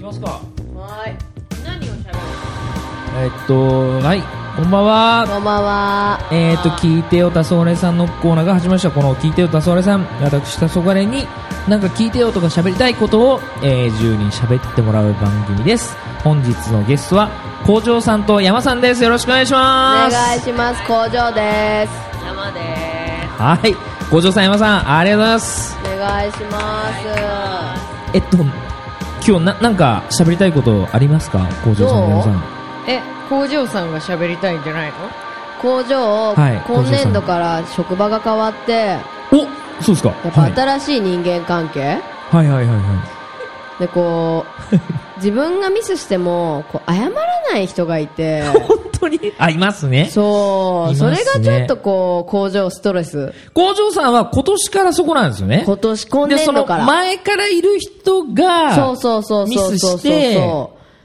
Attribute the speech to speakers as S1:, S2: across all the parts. S1: ますか
S2: はーい。何を喋る
S3: えっと、はい、こんばんは。
S4: こんばんは。
S3: えっと、聞いてよ、たそれさんのコーナーが始まりました。この聞いてよ、たそれさん、私、たそがれに、なんか聞いてよとか喋りたいことを、えー、自由に喋ってもらう番組です。本日のゲストは、工場さんと山さんです。よろしくお願いし
S4: お
S3: ま
S4: 願
S3: す。
S4: いします。工場です。
S2: 山でーす。
S3: はい。工場さん、山さん、ありがとうございます。
S4: お願いします。
S3: えっと、今日な、なんか喋りたいことありますか工場さん、
S4: どう
S3: 山さん。
S5: え、工場さんが喋りたいんじゃないの
S4: 工場、
S3: はい
S4: 今年度から職場が変わって、や
S3: おそうですか。
S4: っぱ
S3: はい、
S4: 新しい人間関係、
S3: はいはいはいはい。
S4: で、こう、自分がミスしても、こう、謝らない人がいて、
S3: 本当にあ、いますね。
S4: そう、
S3: います
S4: そ
S3: ね
S4: れがちょっとこう、工場ストレス。
S3: 工場さんは今年からそこなんですよね。
S4: 今年、今
S3: で、そ
S4: 年
S3: の
S4: 度から。
S3: 前からいる人が、
S4: そうそうそう
S3: ミ
S4: そ
S3: ス
S4: うそうそう
S3: して、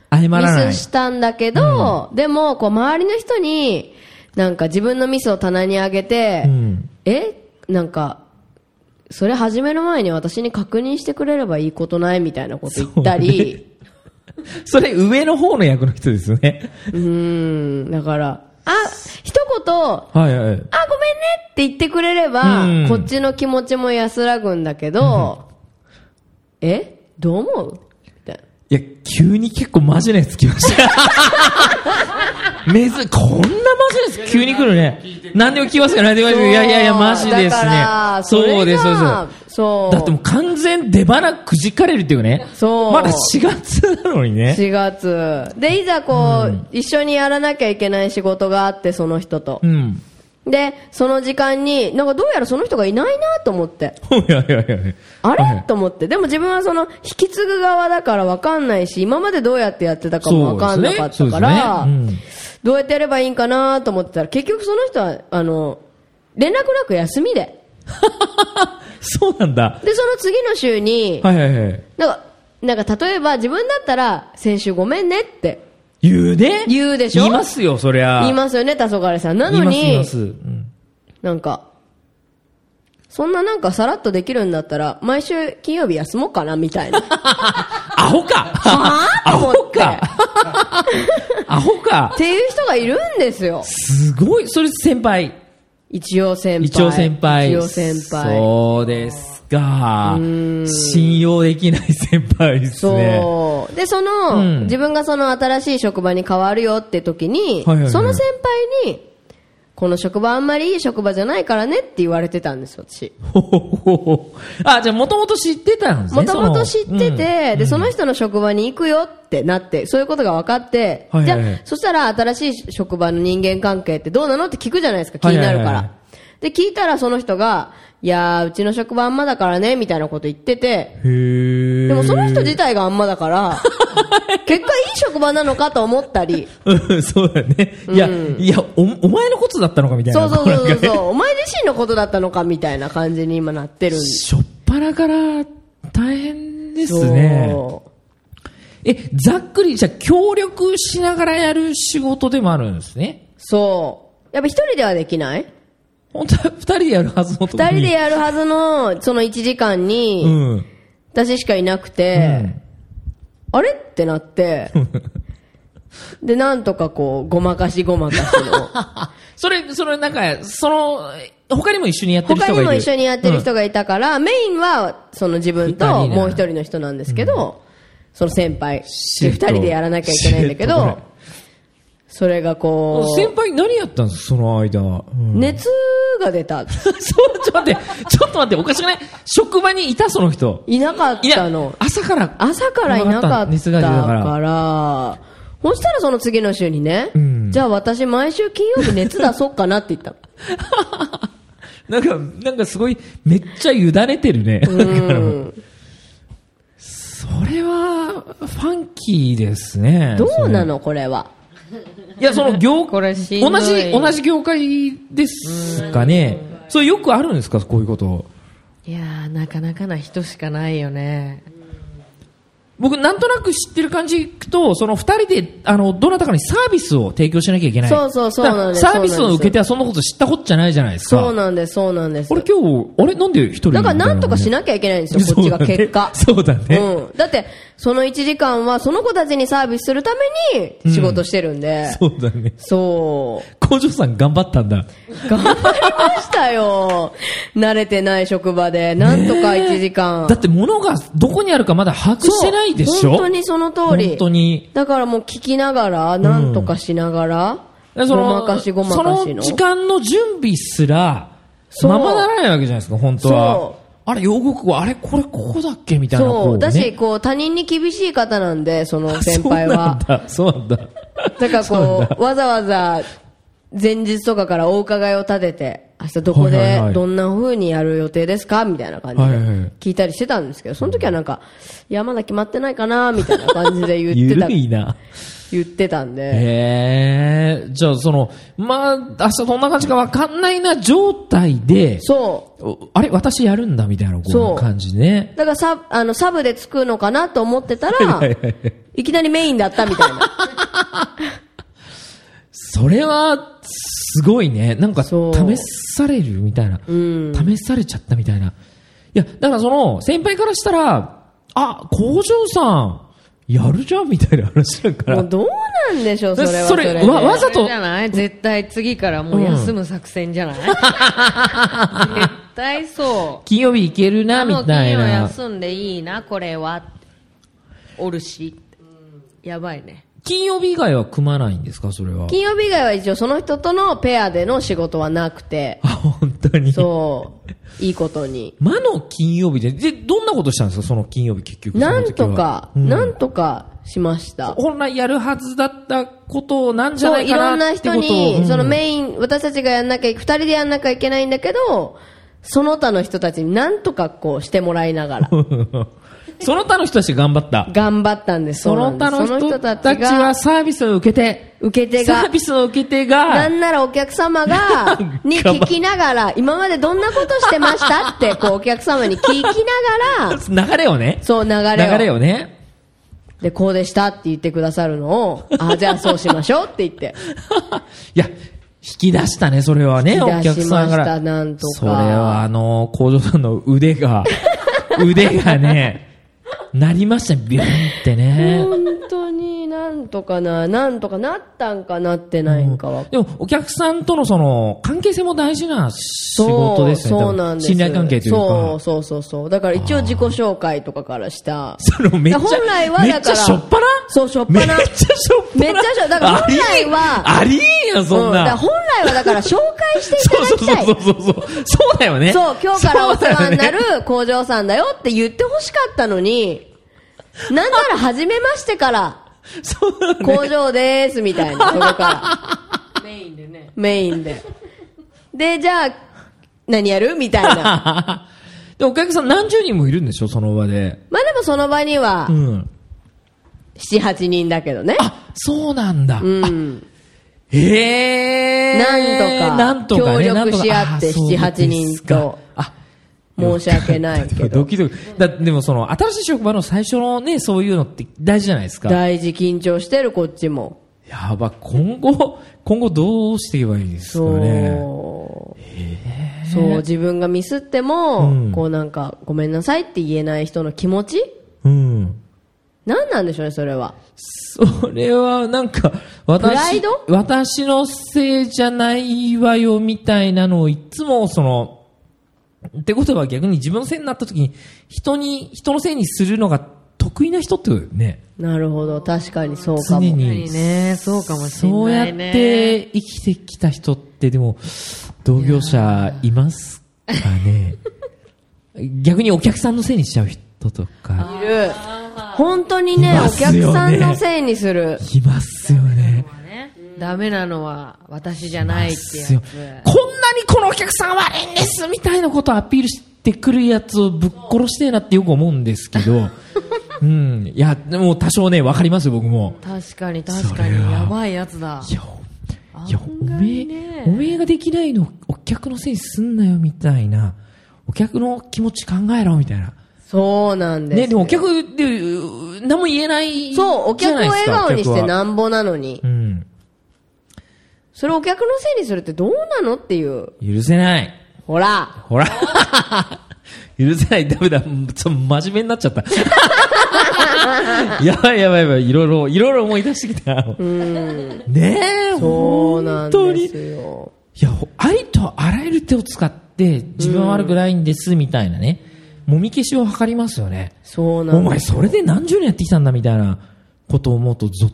S3: 謝らない。
S4: ミスしたんだけど、でも、こう、周りの人に、なんか自分のミスを棚に上げて、
S3: うん。
S4: えなんか、それ始める前に私に確認してくれればいいことないみたいなこと言ったり、
S3: それ上の方の役の人ですよね。
S4: うーん、だから、あ、一言、あ、
S3: はいはい。
S4: ごめんねって言ってくれれば、
S3: うん
S4: こっちの気持ちも安らぐんだけど、えどう思うみたいな
S3: や、
S4: い
S3: 急に結構マジなやつ来ました。 めず、こんなマジなやつ急に来るね。何でも聞きますよ、何でも聞きますよ。いやいやいや、マジですね。
S4: だからそれが
S3: そうです、そうです。
S4: そう
S3: だってもう完全出花くじかれるっていうね。
S4: そう
S3: まだ4月なのにね。
S4: 4月。で、いざこう、一緒にやらなきゃいけない仕事があって、その人と
S3: う。ん。
S4: で、その時間に、なんかどうやらその人がいないなと思って。
S3: いやいやいやいや。
S4: あれ、
S3: はい
S4: と思って。でも自分はその、引き継ぐ側だからわかんないし、今までどうやってやってたかもわかんなかったから、
S3: そうですねそうです
S4: どうやってやればいいんかなと思ってたら、結局その人は、あの、連絡なく休みで。
S3: そうなんだ。
S4: で、その次の週に、
S3: はいはいはい。
S4: なんか、なんか例えば自分だったら、先週ごめんねって
S3: 言うね。
S4: 言うでしょ
S3: 言いますよ、そりゃ。
S4: 言いますよね、黄昏さん。なの
S3: 言い
S4: に
S3: ま、す、言います。うん
S4: なんか、そんななんかさらっとできるんだったら、毎週金曜日休もうかな、みた いな。
S3: アホか アホかアホか
S4: っていう人がいるんですよ。
S3: すごい、それ先輩。
S4: 一応先輩。
S3: 一応先輩。
S4: 一応先輩。
S3: そうですか。信用できない先輩ですね。
S4: そう。で、その、
S3: うん
S4: 自分がその新しい職場に変わるよって時に、
S3: はいはいはい
S4: その先輩に、この職場あんまりいい職場じゃないからねって言われてたんですよ、私。
S3: ほほほほ あ、じゃあもともと知ってたんですね。
S4: もともと知って
S3: そ
S4: て、
S3: の
S4: で、その人の職場に行くよってなって、そういうことが分かって、
S3: はいはいはい
S4: じゃあ、そしたら新しい職場の人間関係ってどうなのって聞くじゃないですか、気になる
S3: はい
S4: から。
S3: はいはい
S4: で、聞いたらその人が、いやー、うちの職場あんまだからね、みたいなこと言ってて、
S3: うんへえ。
S4: でもその人自体があんま だから、結果いい職場なのかと思ったり、
S3: うんそうだね。いや、いや、お、お前のことだったのかみたい
S4: そ
S3: な。
S4: うそうそう
S3: な
S4: そ
S3: んか
S4: う
S3: ね
S4: そう、お前自身のことだったのかみたいな感じに今なってるんです。
S3: しょっぱなから大変ですね。
S4: そう
S3: え、ざっくり、じゃあ協力しながらやる仕事でもあるんですね。
S4: そう。やっぱ一人ではできない
S3: 本当は二人でやるはずのとこ
S4: 二
S3: ろ
S4: 人
S3: に。
S4: でやるはずの、その1時間に、
S3: うん。
S4: 私しかいなくて、あれって なって、で、なんとかこう、ごまかしごまかし の。
S3: それ、それなんか、その、他にも一緒にやってる人が
S4: 他
S3: いる。
S4: にも一緒にやってる人がいたから、メインは、その自分
S3: 二
S4: と、
S3: 人ね
S4: もう一人の人なんですけど、その先輩。で、
S3: シ
S4: 二
S3: フト
S4: 人でやらなきゃいけないんだけ
S3: シフトこ
S4: ど、それが
S3: うん
S4: こ
S3: 先輩何やったんですかその間。うん
S4: う、熱が出 た。
S3: そう、ちょっと待って、ちょっと待って、おかしくない職場にいたその人。
S4: いなかっ
S3: い
S4: たの。
S3: 朝から。
S4: 朝からいなかっ
S3: 熱
S4: た
S3: が
S4: か
S3: 出たから。
S4: ら、そしたらその次の週にね、
S3: うん
S4: じゃあ私毎週金曜日熱出そうかなって言 ったの。
S3: なんか、なんかすごい、めっちゃ委ねてるね。だからもうそれは、ファンキーですね。
S4: どうなのこれは。
S3: それいや、その業、
S5: こ
S3: 同
S5: れ
S3: じ、
S5: しんどい
S3: 同じ業界ですかね。それよくあるんですかこういうこと。
S5: いやー、なかなかな人しかないよね。
S3: 僕、なんとなく知ってる感じいくと、その二人で、あの、どなたかにサービスを提供しなきゃいけない。
S4: そうそうそうなんです
S3: だからサービス
S4: そうなん
S3: を
S4: です
S3: 受けてはそんなこと知ったこっちゃないじゃないですか。
S4: そうなんです、そうなんです
S3: あ。れ今日、あれなんで一人
S4: だからなんとかし
S3: い
S4: なきゃいけないんですよ、こっちが結果。
S3: そうだね。そうだね
S4: うん。だって、その1時間はその子たちにサービスするために仕事してるんで。
S3: そうだね。
S4: そう。
S3: 工場さん頑張ったんだ。
S4: 頑張りましたよ。慣れてない職場で、なんとか1時間。
S3: だって物がどこにあるかまだ把握してないでしょ
S4: 本当にその通り。
S3: 本当に。
S4: だからもう聞きながら、なんとかしながら、
S3: そ
S4: ご
S3: の
S4: まかしごまか
S3: そ
S4: し
S3: の
S4: の。
S3: 時間の準備すら、
S4: そう
S3: ままならないわけじゃないですか、本当は
S4: そ。
S3: あれ、用語国あれ、これここだっけみたいな。こ
S4: そう。だし、
S3: ね
S4: こう、他人に厳しい方なんで、その先輩
S3: あ
S4: は。
S3: そうなんだ。そうなんだ。
S4: だからこう、わざわざ、前日とかからお伺いを立てて、明日どこ
S3: はいはいは
S4: で
S3: い
S4: どんな風にやる予定ですかみたいな感じ
S3: は
S4: で
S3: いはい
S4: 聞いたりしてたんですけど、その時はなんか、いや、まだ決まってないかなみたいな感じで言っ
S3: ゆ
S4: て た
S3: る、いな。
S4: 言ってたんで、
S3: へえ。じゃあ、その、まあ、明日どんな感じかわかんないな状態で、
S4: そ
S3: おあれ、私やるんだみたいなこう
S4: そう
S3: 感じね
S4: う。。だからサブ、あの、サブでつくのかなと思ってたら
S3: はいはいはい、
S4: いきなりメインだったみたいな。
S3: それは、すごいね。なんか、
S4: そ
S3: 試
S4: う
S3: されるみたいな。
S4: うん。
S3: 試されちゃったみたいな。いや、だからその、先輩からしたら、あ、工場さん、やるじゃんみたいな話だか
S4: も
S3: ら
S4: う。どうなんでしょう、それは
S3: そ
S4: そ
S3: れ
S4: れで。
S3: わわざと
S5: それじゃない絶対次からもう休む作戦じ ゃない、絶対そ
S3: 金曜日行ける
S5: う。
S3: な、みた
S5: 金
S3: い
S5: 曜
S3: な。
S5: 休んでいいな、これは。おるし。やばいね。
S3: 金曜日以外は組まないんですか、それは。
S4: 金曜日以外は一応その人とのペアでの仕事はなくて、
S3: あ、本当に。
S4: そう、いいことに。
S3: 魔の金曜日で、で、どんなことしたんですか、その金曜日結局。
S4: なんとか、
S3: その時は
S4: な
S3: うん
S4: んとかしました。
S3: 本来やるはずだったことなんじゃ
S4: そ
S3: な
S4: う、
S3: い
S4: い
S3: か
S4: ろん
S3: な
S4: な
S3: って
S4: 人
S3: ことを。
S4: に、その
S3: うん
S4: メイン、私たちがやんなきゃい、二人でやんなきゃいけないんだけど、その他の人たちになんとかこうしてもらいながら、
S3: その他の人たちが頑張った。
S4: 頑張ったんです。
S3: その他の
S4: そ
S3: 人
S4: うなんですその
S3: た
S4: 人た
S3: ち
S4: ちが
S3: は、サービスを受けて、
S4: 受け手
S3: サ
S4: が
S3: ー、ビスの受け手
S4: な
S3: が、、
S4: んならお客様が に聞きながら、今までどんなことしてましたって、こうお客様に聞きなが ら、
S3: 流れをね、
S4: そう流
S3: 流
S4: れを。
S3: れをね、
S4: で、こうでしたって言ってくださるのを、あ、じゃあそうしましょうって言って。
S3: いや、引き出したね、それはね、
S4: 引
S3: お
S4: き出し
S3: 客さんか
S4: ましたな
S3: ら
S4: ん。とか
S3: それは、あの、工場さんの腕が、 腕がね、なりましたね、ビューンって ね。
S4: 本当になんとかな、なんとかなったんかなってないんかは。
S3: でも、お客さんとのその、関係性も大事な仕事ですね。
S4: そう
S3: 多
S4: そう
S3: 分
S4: なんです
S3: 信頼関係というか。
S4: そうそうそうそう。だから一応自己紹介とかからした。
S3: そのめっちゃ、
S4: 本来はだから
S3: めっちゃしょっぱな
S4: そうしょっぱな
S3: めっちゃしょっぱな
S4: めっちゃしょだから本来は
S3: ありえんありえんやん、そん
S4: うだか
S3: な。
S4: ら本来はだから紹介してい
S3: そうそ
S4: ただ
S3: う
S4: きたい。
S3: そうそうそう。そうだよね。
S4: そう、今日からお世話になる
S3: そうだよね
S4: 工場さんだよって言ってほしかったのに、なんなら初めましてから、
S3: そうだ ね。
S4: 工場でーすみた いな、そこから、
S5: メインでね。
S4: メインで。で、じゃあ、何やるみた いな。
S3: で、お客さん何十人もいるんでしょ、その場で。
S4: まあでもその場には
S3: う、ん。
S4: 7、8人だけどね。
S3: あ、そうなんだ。
S4: う
S3: あ
S4: ん。
S3: へえ。
S4: なんとか
S3: なんとかね
S4: 協力し合って
S3: なんとかあ
S4: 7 8人と
S3: あそうです
S4: 申し
S3: かあ
S4: 訳ないけ
S3: ド
S4: ど。
S3: キドキ。だでもその、新しい職場の最初のね、そういうのって大事じゃないですか。
S4: 大事緊張してる、こっちも。
S3: やば、今後、今後どうしていけばいいんですか
S4: そう
S3: ね。。
S4: そう、自分がミスって
S3: うん
S4: も、こうなんか、ごめんなさいって言えない人の気持ち
S3: うん。
S4: 何なんでしょうね、それは。
S3: それは、なんか、
S4: プライ
S3: 私
S4: ド、
S3: 私のせいじゃないわよ、みたいなのをいつも、その、ってことは逆に自分のせいになった時に、人に、人のせいにするのが得意な人ってことだよね。
S4: なるほど、確かにそう
S3: 常
S4: かも。
S3: に。
S5: ね、そうかもしれ
S3: そうや
S5: な
S3: っ
S5: いね。
S3: て生きてきた人って、でも、同業者いますか ね逆にお客さんのせいにしちゃう人とか、
S4: いる。本当にね
S3: い、ま
S4: お
S3: すよね
S4: 客さんのせいにする。
S3: いますよね。
S5: ダメなのは私じゃないってや
S3: こん
S5: つ。
S3: なにこのお客さん悪いんですみたいなことをアピールしてくるやつをぶっ殺してえなってよく思うんですけ ど、うん。いや、でも多少ね、わかりますよ、僕も。
S5: 確かに確か
S3: それ
S5: に、
S3: は
S5: やばいやつだ。
S3: いや、いやおめ
S5: 案外
S3: え
S5: ね、
S3: おめえができないのお客のせいにすんなよ、みたいな。お客の気持ち考えろ、みたいな。
S4: そうなんですよ。
S3: ね、でもお客で、う何も言えないじゃ
S4: そう、お客を
S3: ないです
S4: 笑
S3: か。
S4: 顔にして
S3: お客は
S4: なんぼなのに
S3: う。ん。
S4: それをお客のせいにするってどうなのっていう。
S3: 許せない。
S4: ほら。
S3: ほら。許せない、ダメだ。ちょ、真面目になっちゃった。やばいやばいやばい、いろいろ、いろいろ思い出してきた。ねえ、
S4: そうなんで
S3: 本
S4: す
S3: 当に。い
S4: よ。
S3: や、ありとあらゆる手を使って、自分は悪くないんです、みたいなね。もみ消しを図りますよね。
S4: そうな
S3: お
S4: んで
S3: 前、
S4: す。
S3: それで何十年やってきたんだ、みたいなことを思うと、ゾッ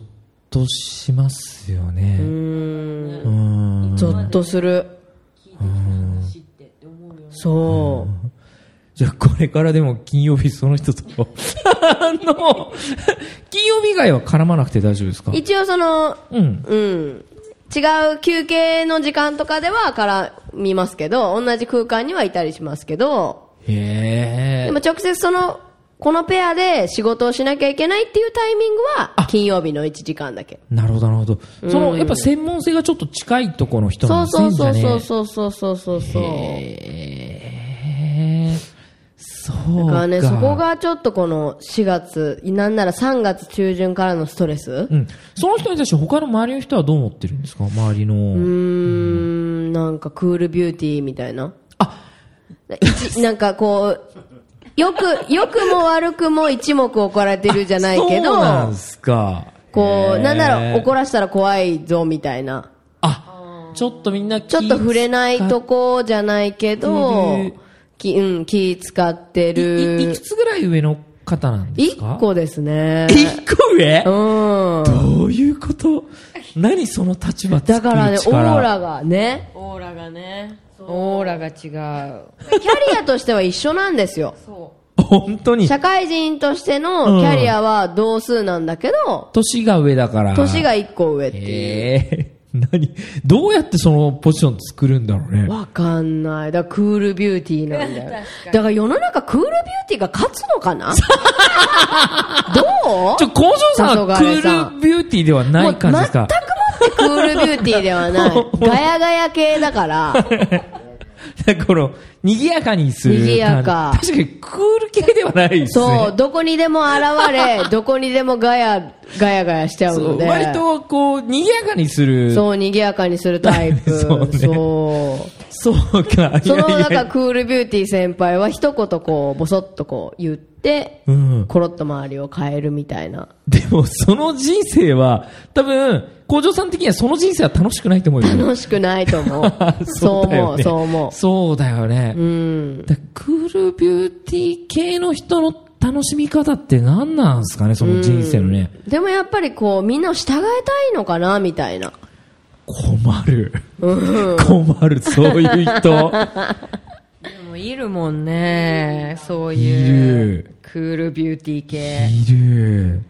S3: としますよね。うん
S4: ゾッとする。そ
S3: じゃあこれからでも金曜日その人 とあの金曜日以外は絡まなくて大丈夫ですか
S4: う。一応その、
S3: うん
S4: うん。違う休憩の時間とかではから見ますけど、同じ空間にはいたりしますけど、
S3: へ
S4: で
S3: え
S4: も直接その、このペアで仕事をしなきゃいけないっていうタイミングは、金曜日の1時間だけ。
S3: なるほどなるほどそのやっぱ専門性がちょっと近いところの人な
S4: そ
S3: ん
S4: う
S3: ですね
S4: そうそうそう
S3: う
S4: そうそうそうそうそう。
S3: へえそう
S4: だから
S3: か
S4: ね、そこがちょっとこの4月、なんなら3月中旬からのストレス
S3: うんその人に対して他の周りの人はどう思ってるんですか周りの
S4: うーん、なんかクールビューティーみたいな。
S3: あ
S4: 一なんかこう、よく、よくも悪くも一目置かれてるじゃないけ
S3: そ
S4: ど
S3: う、なんですか
S4: こ
S3: へ
S4: う、
S3: え
S4: なんなら怒らせたら怖いぞみたいな。
S3: あちょっとみんな
S4: ちょっと触れないとこじゃないけど
S3: 気使ってる、
S4: き、うん、気使って
S3: いいい
S4: る
S3: く。つぐらい上の方なんですか
S4: 1個ですね。
S3: 一個上
S4: うん。
S3: どういうこと何その立場
S4: だからね、オ
S3: 作る力
S4: ーラがね。
S2: オーラがね。
S5: オーラが違う。
S4: キャリアとしては一緒なんですよ。
S3: 本当 に
S4: 社会人としてのキャリアは同数なんだけど、
S3: 年が上だから
S4: 年が1個上っていう。
S3: へえ何どうやってそのポジション作るんだろうね
S4: わかんない。だからクールビューティーなんだよ。だから世の中クールビューティーが勝つの かなどう
S3: ちょ工場さんはク
S4: 黄昏さん
S3: ールビューティーではな
S4: もう
S3: い感じですか
S4: 全くもってクールビューティーでは ない。ガヤガヤ系だから、
S3: この賑やかにする感じ
S4: 賑やか
S3: 確かにクール系ではないですね
S4: そう、どこにでも 現れ、どこにでもガヤ、ガヤガヤしちゃう
S3: そ
S4: の
S3: う
S4: で。
S3: 割とこう賑やかにする
S4: そう、賑やかにするタイプ。
S3: そうね
S4: そう
S3: そうか
S4: その
S3: いやいや
S4: 中、クールビューティー先輩は一言こう、ぼそっとこう言って、
S3: うん
S4: コロッと周りを変えるみたいな。
S3: でも、その人生は、多分、工場さん的にはその人生は楽しくないと思うよ。
S4: 楽しくないと思 う。 そう
S3: だ
S4: 思
S3: よ
S4: う、
S3: ね
S4: そう思
S3: そうだよね。
S4: う。うん。
S3: だクールビューティー系の人の楽しみ方って何なんですかね、その人生のね。
S4: でもやっぱりこう、みんなを従えたいのかな、みたいな。
S3: 困る。困る、そういう 人。
S5: でもいるもんね。そう
S3: い
S5: い
S3: る
S5: う。クールビューティー系。
S3: いる。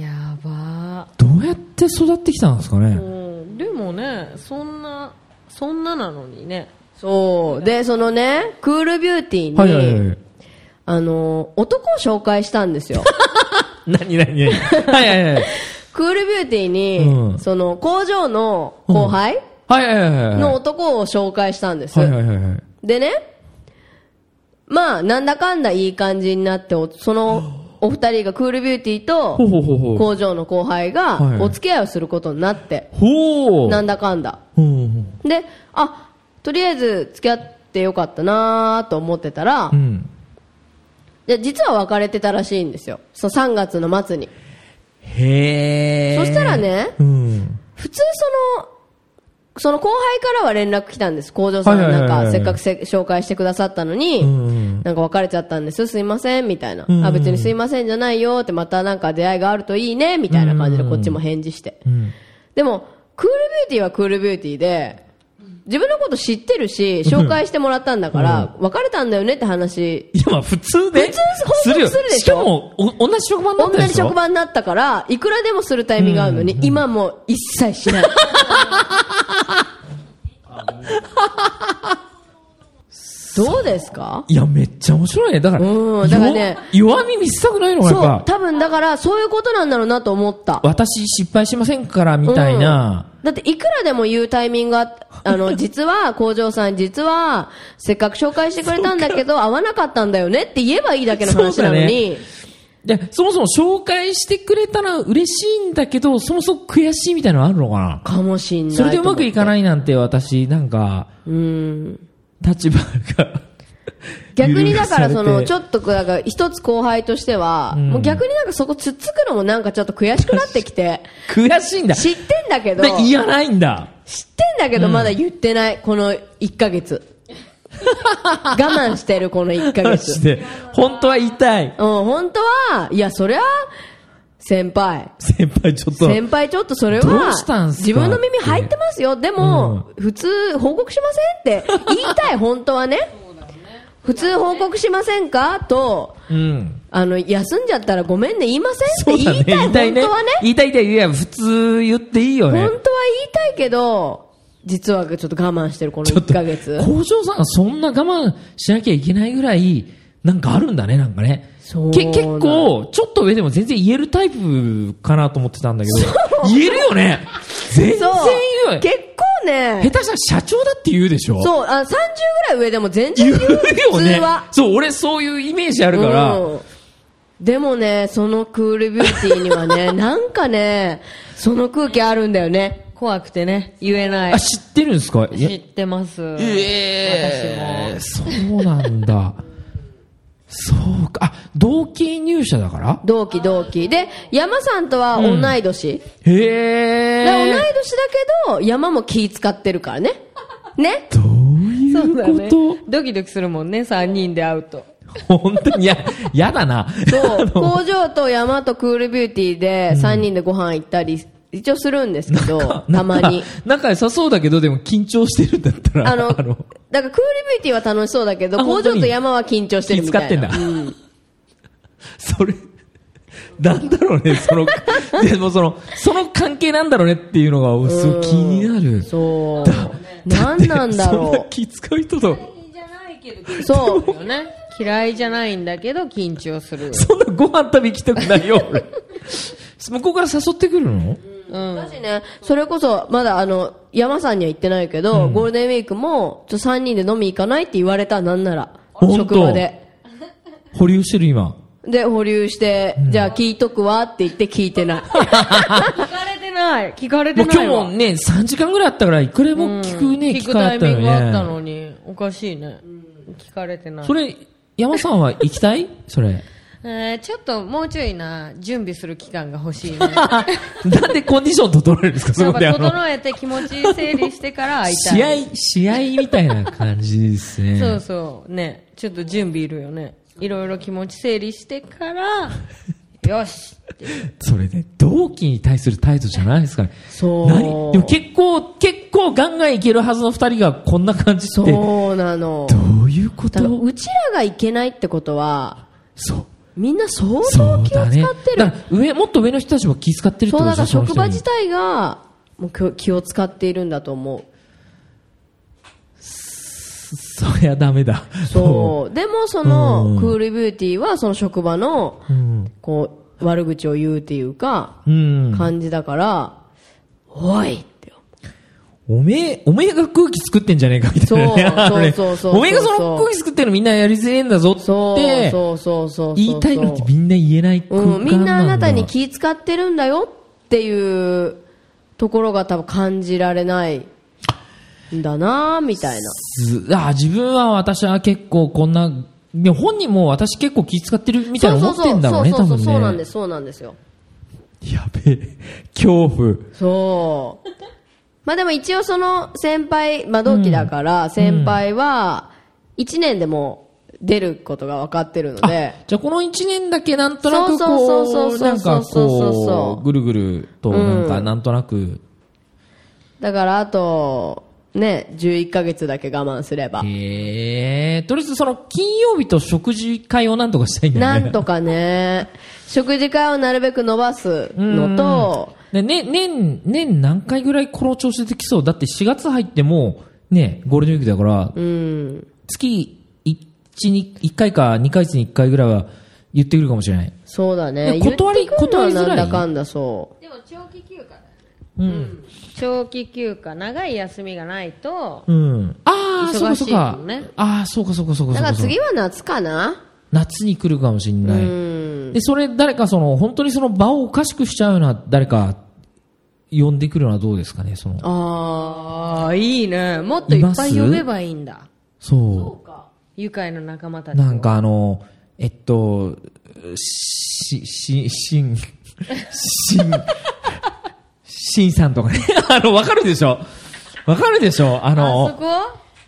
S5: やば
S3: どうやって育ってきたんですかね。
S5: うんでもね、そんな、そんななのにね。
S4: そう。で、そのね、クールビューティーに、
S3: はいはいはい。
S4: あの、男を紹介したんで すよ。
S3: 何何何はいはいはい。
S4: クールビューティーに、
S3: うん
S4: その、工場の後輩
S3: はいはいはいはい。
S4: の男を紹介したんです。
S3: はいはいはいはい。
S4: でね、まあ、なんだかんだいい感じになってお、そのお二人がクールビューティー
S3: ほう
S4: と
S3: ほうほうほう。
S4: 工場の後輩
S3: はい
S4: がお付き合いをすることになって、
S3: ほう。
S4: なんだかんだ。
S3: ほうほうほう
S4: で、あ、とりあえず付き合ってよかったなーと思ってたら
S3: う、ん。
S4: で実は別れてたらしいんですよ。そう、3月の末に。
S3: へえ。
S4: そしたらね、
S3: うん。
S4: 普通その、その後輩からは連絡来たんです。工場さん
S3: は
S4: が
S3: いはいは
S4: ないん
S3: はい
S4: か、せっかくせ紹介してくださったのに、
S3: うん
S4: なんか別れちゃったんです、すいません、みたいな。
S3: うん
S4: あ、別にすいませんじゃないよって、またなんか出会いがあるといいね、みたいな感じでこっちも返事して。
S3: うん。
S4: でも、クールビューティーはクールビューティーで、自分のこと知ってるし、紹介してもらったんだから、別れたんだよねって話、
S3: いや、まあ普通ね。
S4: 普通報告するでしょ
S3: しかも、お同じ職場にな
S4: 同
S3: ったで
S4: じ
S3: しょ
S4: 職場になったから、いくらでもするタイミングがあるのに、今もう一切しない。 どうですか
S3: いや、めっちゃ面白いね。だから、
S4: うんだからね
S3: 弱弱み見せたくないのがやっ
S4: そう、
S3: ぱ、
S4: 多分だから、そういうことなんだろうなと思った。
S3: 私失敗しませんから、みたいな。
S4: だっていくらでも言うタイミング があ、あの、実は、工場さん、実は、せっかく紹介してくれたんだけど、合わなかったんだよねって言えばいいだけの話なのに、
S3: で、そもそも紹介してくれたら嬉しいんだけど、そもそも悔しいみたいなのあるのかな
S4: かもしんない。
S3: それでうまくいか
S4: い。
S3: ないなんて私、なんか、
S4: うん。
S3: 立場が、
S4: 逆にだからそ
S3: 揺るがされ
S4: の
S3: て
S4: ちょっとだから一つ後輩としては、
S3: ん
S4: もう逆になんかそこつっつくのもなんかちょっと悔しくなってきて
S3: 悔しいんだ
S4: 知ってんだけど
S3: で
S4: 知ってん
S3: 言わないんだ
S4: だけどまだ言ってないこの1ヶ月我慢してるこの1ヶ
S3: マ
S4: 月
S3: ジで本当は言いたい
S4: うん、本当は、いや、そりゃ、先輩。
S3: 先輩ちょっと
S4: 先輩ちょっとそれ
S3: どう
S4: は
S3: したんすか
S4: 自分の耳入ってますよ。でも、普通報告しませんって言いたい、本当はね。普通報告しませんかと、
S3: うん
S4: あの、休んじゃったらごめんね、言いません
S3: そ
S4: って
S3: うだ
S4: 言
S3: ね
S4: いた
S3: 言いたい
S4: い、
S3: ね
S4: 本当はね。
S3: 言いたい言いたいいや普通言っていいよ
S4: 本当
S3: ね
S4: は言いたいけど、実はちょっと我慢してる、この
S3: ちょっ
S4: 1
S3: と
S4: ヶ月。
S3: 工場さんがそんな我慢しなきゃいけないぐらいなんかあるんだねなんかね
S4: そう
S3: け結構ちょっと上でも全然言えるタイプかなと思ってたんだけど言えるよね全然言う
S4: そう。
S3: よ
S4: 結構ね
S3: 下、手したら社長だって言うでしょ
S4: そう、あ30ぐらい上でも全然
S3: 言
S4: 言
S3: う
S4: う
S3: よ
S4: 普
S3: ね
S4: 通は。
S3: そう俺そういうイメージあるから、
S4: うんでもね、そのクールビューティーに はね、なんかね、その空気あるんだよね。
S5: 怖くてね、言えない
S3: あ。知ってるんですか
S5: 知ってます。
S3: ええそうなんだそうかあ同期入社だから
S4: 同期同期。で、山さんとは同い年。
S3: へ
S4: で
S3: え
S4: 同い年だけど、山も気使ってるからね。ね
S3: どうい
S5: 私も。そう
S3: う
S5: だ
S3: こ
S5: ね。ドキドキするもんね、3人で会うと。
S3: と、本当にや、やだな。
S4: そう、工場と山とクールビューティーで3人でご飯行ったり、一応するんですけど、たまに。
S3: 仲良さそうだけど、でも緊張してるんだったら、
S4: あの、だからクールビューティーは楽しそうだけど、
S3: あ
S4: 工
S3: 本当
S4: 場
S3: に
S4: と山は緊張してるみたい
S3: 気遣
S4: な。
S3: ってんだそれ、なんだろうね、その、でもその、その関係なんだろうねっていうのが、すごい気になる。
S4: そう。何なんだ
S3: そんな
S4: ろ
S3: 気使う人と、
S2: じゃないけど、
S4: う。そう。
S5: よね。嫌いじゃないんだけど、緊張す る。
S3: そんなご飯食べ行きたく ないよ、俺。向こうから誘ってくるの
S5: うん。
S4: 私ね、それこそ、まだあの、山さんには行ってないけど、ゴールデンウィークも、ちょ、3人で飲み行かないって言われた、なんなら。
S3: 本当
S4: 職場で。
S3: 保留してる今。
S4: で、保留して、じゃあ聞いとくわって言って聞い てない。
S5: 聞かれてない。聞かれ
S3: も
S5: て
S3: う
S5: な
S3: 今日
S5: いわ。
S3: もね、3時間ぐらいあったから、いくらでも聞くね、
S5: うん
S3: 機
S5: 聞く
S3: 会
S5: タ
S3: あ
S5: イ
S3: った
S5: ミ
S3: のに
S5: ングあった
S3: ね。
S5: のに、おかしいね。聞かれてない
S3: そ。れ、山さんは行きたいそれ。
S5: えーちょっともうちょいな、準備する期間が欲しいね。
S3: なんでコンディション整えるんですか
S5: な
S3: そ
S5: ん
S3: こ
S5: か
S3: であの、
S5: 整えて気持ち整理してから会いたい。
S3: 試合、試合みたいな感じですね。
S5: そうそう。ね。ちょっと準備いるよね。いろいろ気持ち整理し てから、よし
S3: それで、同期に対する態度じゃないですかね。
S4: そう
S3: 何でも結構、結構ガンガンいけるはずの二人がこんな感じって、ど
S4: そうなの。
S3: ういうこ
S4: だから
S3: と
S4: うちらが行けないってことは、
S3: そう。
S4: みんな相
S3: そ
S4: 当
S3: う
S4: 気を
S3: だ
S4: 使
S3: ね。
S4: って
S3: だ
S4: る
S3: か。ら上、もっと上の人たちも気遣ってるって
S4: そ
S3: こ
S4: う、
S3: と
S4: だ
S3: でし
S4: か
S3: ょ
S4: ら職場
S3: その人
S4: 自
S3: に
S4: 体が、もう気を気を使っているんだと思う。
S3: そりゃダメだ。
S4: そう。でもその
S3: う、ん
S4: クールビューティーはその職場の、
S3: うん。
S4: こう、悪口を言うっていうか、
S3: うん。
S4: 感じだから、おいって。
S3: おめえ、おめえが空気作ってんじゃねえかみたいな、ね。
S4: そう
S3: あのね
S4: そうそうそうそう
S3: おめえがその空気作ってるのみんなやりづれえんだぞって。
S4: そう、そうそうそうそう。
S3: 言いたいのってみんな言えない空間な
S4: うんん、
S3: だ
S4: みんなあなたに気使ってるんだよっていうところが多分感じられないんだなぁみたいな。
S3: ずあ自分は私は結構こんな、でも本人も私結構気使ってるみたいな思ってんだろうね、
S4: そ
S3: 多
S4: うそう
S3: 分
S4: そ
S3: ね。
S4: うそうなんです、そうなんですよ。
S3: やべえ。恐怖。
S4: そう。まあでも一応その先輩、まあ同期だから、先輩は、1年でもう出ることが分かってるので、
S3: じゃあこの一年だけなんとなく
S4: そうそ
S3: こ
S4: うそう
S3: う、
S4: そう
S3: なんか
S4: そうそうそう
S3: こ
S4: そう
S3: う、ぐるぐると、なんかなんとなく、
S4: だからあと、ね、11ヶ月だけ我慢すれば。
S3: へえとりあえずその金曜日と食事会をなんとかしたいんだよ
S4: な
S3: ね。
S4: んとかね、食事会をなるべく伸ばすのと、
S3: で、ね、年、年何回ぐらいこの調子できそうだって4月入ってもう、ね、ゴールデンウィークだから、
S4: うん、
S3: 月1、に1回か2ヶ月に1回ぐらいは言ってくるかもしれない。
S4: そうだね。
S3: で断り
S4: 言ってくるの
S3: 断
S4: は
S3: りづらい
S4: なんだかんだそう。
S5: でも長期休暇
S3: うん。
S5: 長期休暇、長い休みがないと、
S3: うん。ああ、そうかそうか
S5: 忙しいもんね。
S3: ああ、そうかそうかそうか
S4: だ
S3: そう
S4: から
S3: かそうか。
S4: 次は夏かな
S3: 夏に来るかもしれ
S4: う
S3: ない。
S4: ん。
S3: で、それ誰かその、本当にその場をおかしくしちゃうような誰か、呼んでくるのはどうですかね、その。
S4: あ
S5: ああ、いいね。もっといっぱい呼べばいいんだ。
S3: そう。
S5: 愉快な仲間たちを
S3: なんかあの、えっと、し、し、しん、し ん、しんさんとかね。 あの、わかるでしょわかるでしょあ
S5: あそ
S3: の、
S5: こ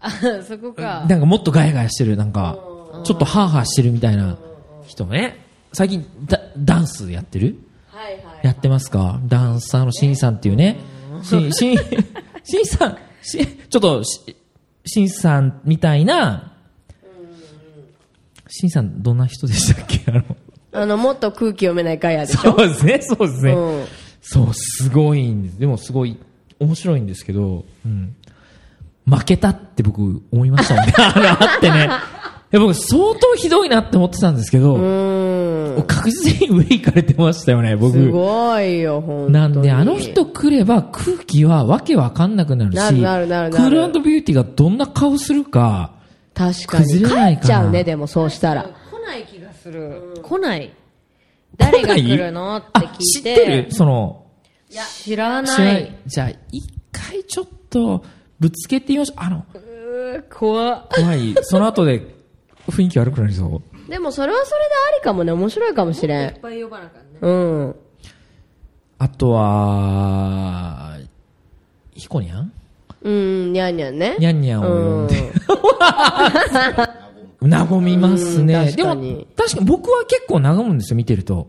S5: あそこか
S3: なんかもっとガヤガヤしてる、なんか、ちょっとハーハーしてるみたいな人ね。最近、ダダンスやってる
S2: はいはい。
S3: やってますかダンサーのしんさんっていうね。し、しん、しんさん、し、ちょっとし、しんさんみたいな、しんさんどんな人でしたっけあの、
S4: あの、もっと空気読めないガヤでし
S3: そ
S4: ょ。
S3: うですね、そうですね。
S4: うん
S3: そう、すごいんです。でもすごい、面白いんですけど、うん。負けたって僕思いましたもんね。あの、あってね。いや僕相当ひどいなって思ってたんですけど、確実に上行かれてましたよね、僕。
S4: すごいよ、ほんとに。
S3: なんで、あの人来れば空気はわけわかんなくなるし、
S4: なるなるなるなる
S3: クールビューティーがどんな顔するか、
S4: 確かに。
S3: 崩れないかな
S4: 帰っちゃうね、でもそうしたら。
S5: 来ない気がする、来ない誰が来るのって
S3: あ
S5: 聞い
S3: 知って
S5: て
S3: るその、
S5: 知ら
S3: 知ら
S5: な
S3: ないいじゃあ、一回ちょっと、ぶつけてみましょう。あの、
S5: うー怖っ
S3: 怖い。その後で、雰囲気悪くなりそう。
S4: でもそれはそれでありかもね、面白いかもしれ
S5: い
S4: ん
S5: っ。ぱい呼ばなあかんね
S4: うん。
S3: あとは、ヒコニャン
S4: うん、にゃんにゃんね。
S3: ニャンニャンを呼んで。和みますね。
S4: うん
S3: で
S4: 確かに
S3: も、確かに僕は結構和むんですよ、見てると。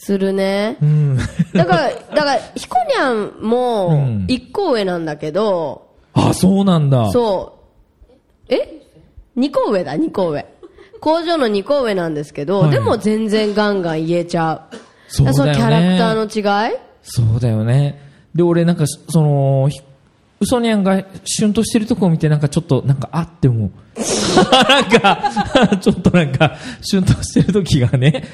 S4: するね。
S3: うん。
S4: だから、だから、ひこにゃん
S3: うん
S4: も、一個上なんだけど、
S3: あ、そうなんだ。
S4: そう。え二個上だ、二個上。工場の二個上なんですけど、
S3: はい
S4: でも全然ガンガン言えちゃう。
S3: そうだよね
S4: からそのキャラクターの違い
S3: そうだよね。で、俺なんか、そその、ひ嘘にゃんがシュンとしてるとこを見て、なんかちょっと、なんか、あって思う。 なんか、 ちょっとなんか、シュンとしてる時がね、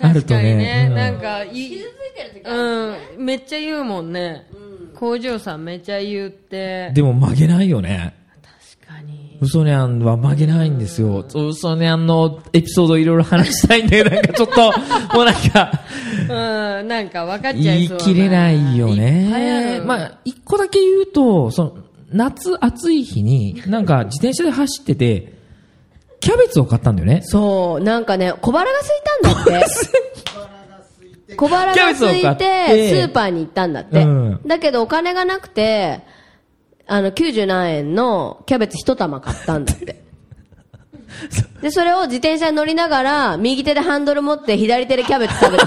S3: ある
S5: 確
S3: と
S5: か
S3: ね
S5: にね、。
S3: うん
S5: なんかいいうんめっちゃ言うもんね、工場さんめっちゃ言うって
S3: でも曲げないよね。
S5: 確かに
S3: 嘘にゃんは曲げないんですよ。そう嘘にゃんのエピソードいろいろ話したいんだけど、 なんかちょっと、もうなんか、
S5: うんなんか分かっちゃ
S3: 言
S5: い
S3: い
S5: そう
S3: 切れないよ
S5: いっぱいあ
S3: ね。
S5: る
S3: まあ、一個だけ言うと、その、夏暑い日に、なんか自転車で走ってて、キャベツを買ったんだよね。
S4: そう、なんかね、小腹が空いたんだって。小腹が空いて、
S3: キャベツを買って
S4: スーパーに行ったんだって。
S3: うん
S4: だけどお金がなくて、あの、90何円のキャベツ一玉買ったんだ って。で、それを自転車に乗りながら、右手でハンドル持って、左手でキャベツ 食べた。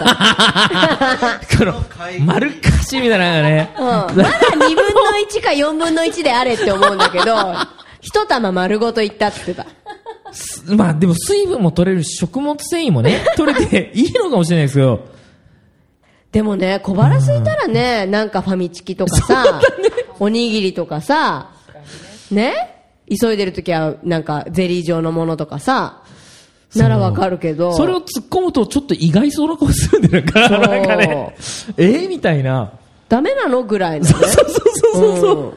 S3: この、 丸かしみたいなのがね。
S4: うん、まだ2分の1か4分の1であれって思うんだけど、一玉丸ごといったって言ってた。
S3: まあでも水分も取れるし、食物繊維もね、取れていいのかもしれないですけど、
S4: でもね、小腹空いたらね、なんかファミチキとかさ、おにぎりとかさ、ね急いでるときは、なんかゼリー状のものとかさ、ならわかるけど、
S3: それを突っ込むとちょっと意外そうな顔するんだよね、体の中ね。ええみたいな。
S4: ダメなのぐらいのね。
S3: そうそうそうそう。そう、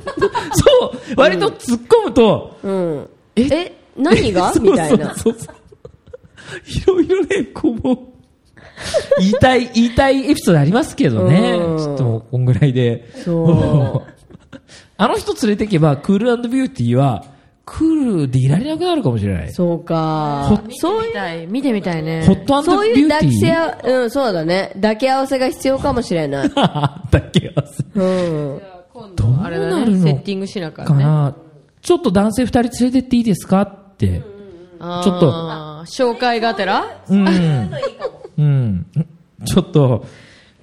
S3: 割と突っ込むと、
S4: うん。
S3: え
S4: え、何がみたいな。
S3: そうそうそういろいろね、こうもう、言いたい、言いたいエピソードありますけどね。
S4: うん
S3: ちょっともう、こんぐらいで。
S4: そう
S3: もう あの人連れてけば、クールビューティーは、クールでいられなくなるかもしれない。
S4: そう
S3: ほ
S4: か
S3: っ。
S4: そう
S5: 見てみ
S4: いう、
S5: たい見てみたいね
S3: ホット
S4: そう
S3: ビュ
S4: い
S3: ー
S4: う
S3: テ
S4: 抱
S3: ィ
S4: きせ
S3: ー。
S4: 合、うん、そうだね。抱き合わせが必要かもしれない
S3: だっけ合わせ
S4: うん。
S3: どう
S5: あ
S3: な
S5: れだ
S3: る
S5: ねセ
S3: の
S5: ッティングしながら
S3: か
S5: ね
S3: な。ちょっと男性二人連れてっていいですかって。ちょっと
S5: あー紹介がてら
S3: うん。うん。ちょっと、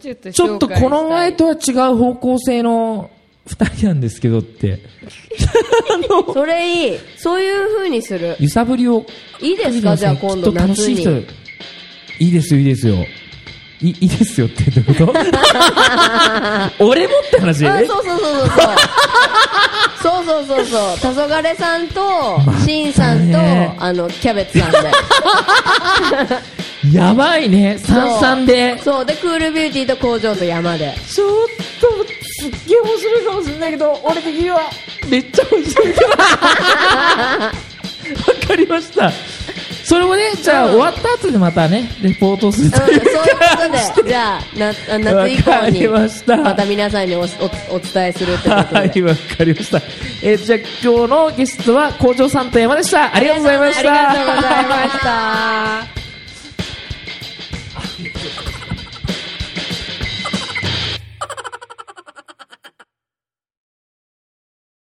S5: ちょっと
S3: ちょっとこの前
S5: と
S3: とは違う方向性の二人なんですけどって、
S4: それいい。そういう風にする。
S3: 揺さぶりを。
S4: いいですかじゃあ今
S3: きっ
S4: 度
S3: と楽
S4: 夏
S3: しい
S4: に
S3: 人。。いいですよ、いいですよ。いいいですよってどう いうこと俺もって話
S4: あ、そうそうそうそうそう。そうそうそ うそう。黄昏さんと、しんさんと
S3: ね、
S4: あの、キャベツさんで。
S3: やばいね、三々で。
S4: そう。そうで、クールビューティーと工場と 山で。
S3: ちょっと、すっげえ面白いかもしれないけど、俺的には、めっちゃ面白いけど。わかりました。それもね、じゃあ終わった後でまたね、レポートすると
S4: そういう
S3: いう
S4: ことで、じゃあ、なあ夏
S3: わ
S4: 以
S3: か
S4: 降
S3: り
S4: に、
S3: ました
S4: また皆さんにおおお伝えするってことで。
S3: はい、わかりました。えーじゃあ今日のゲストは校長さんと山でした。ありがとうございました。
S4: ありがとうございました。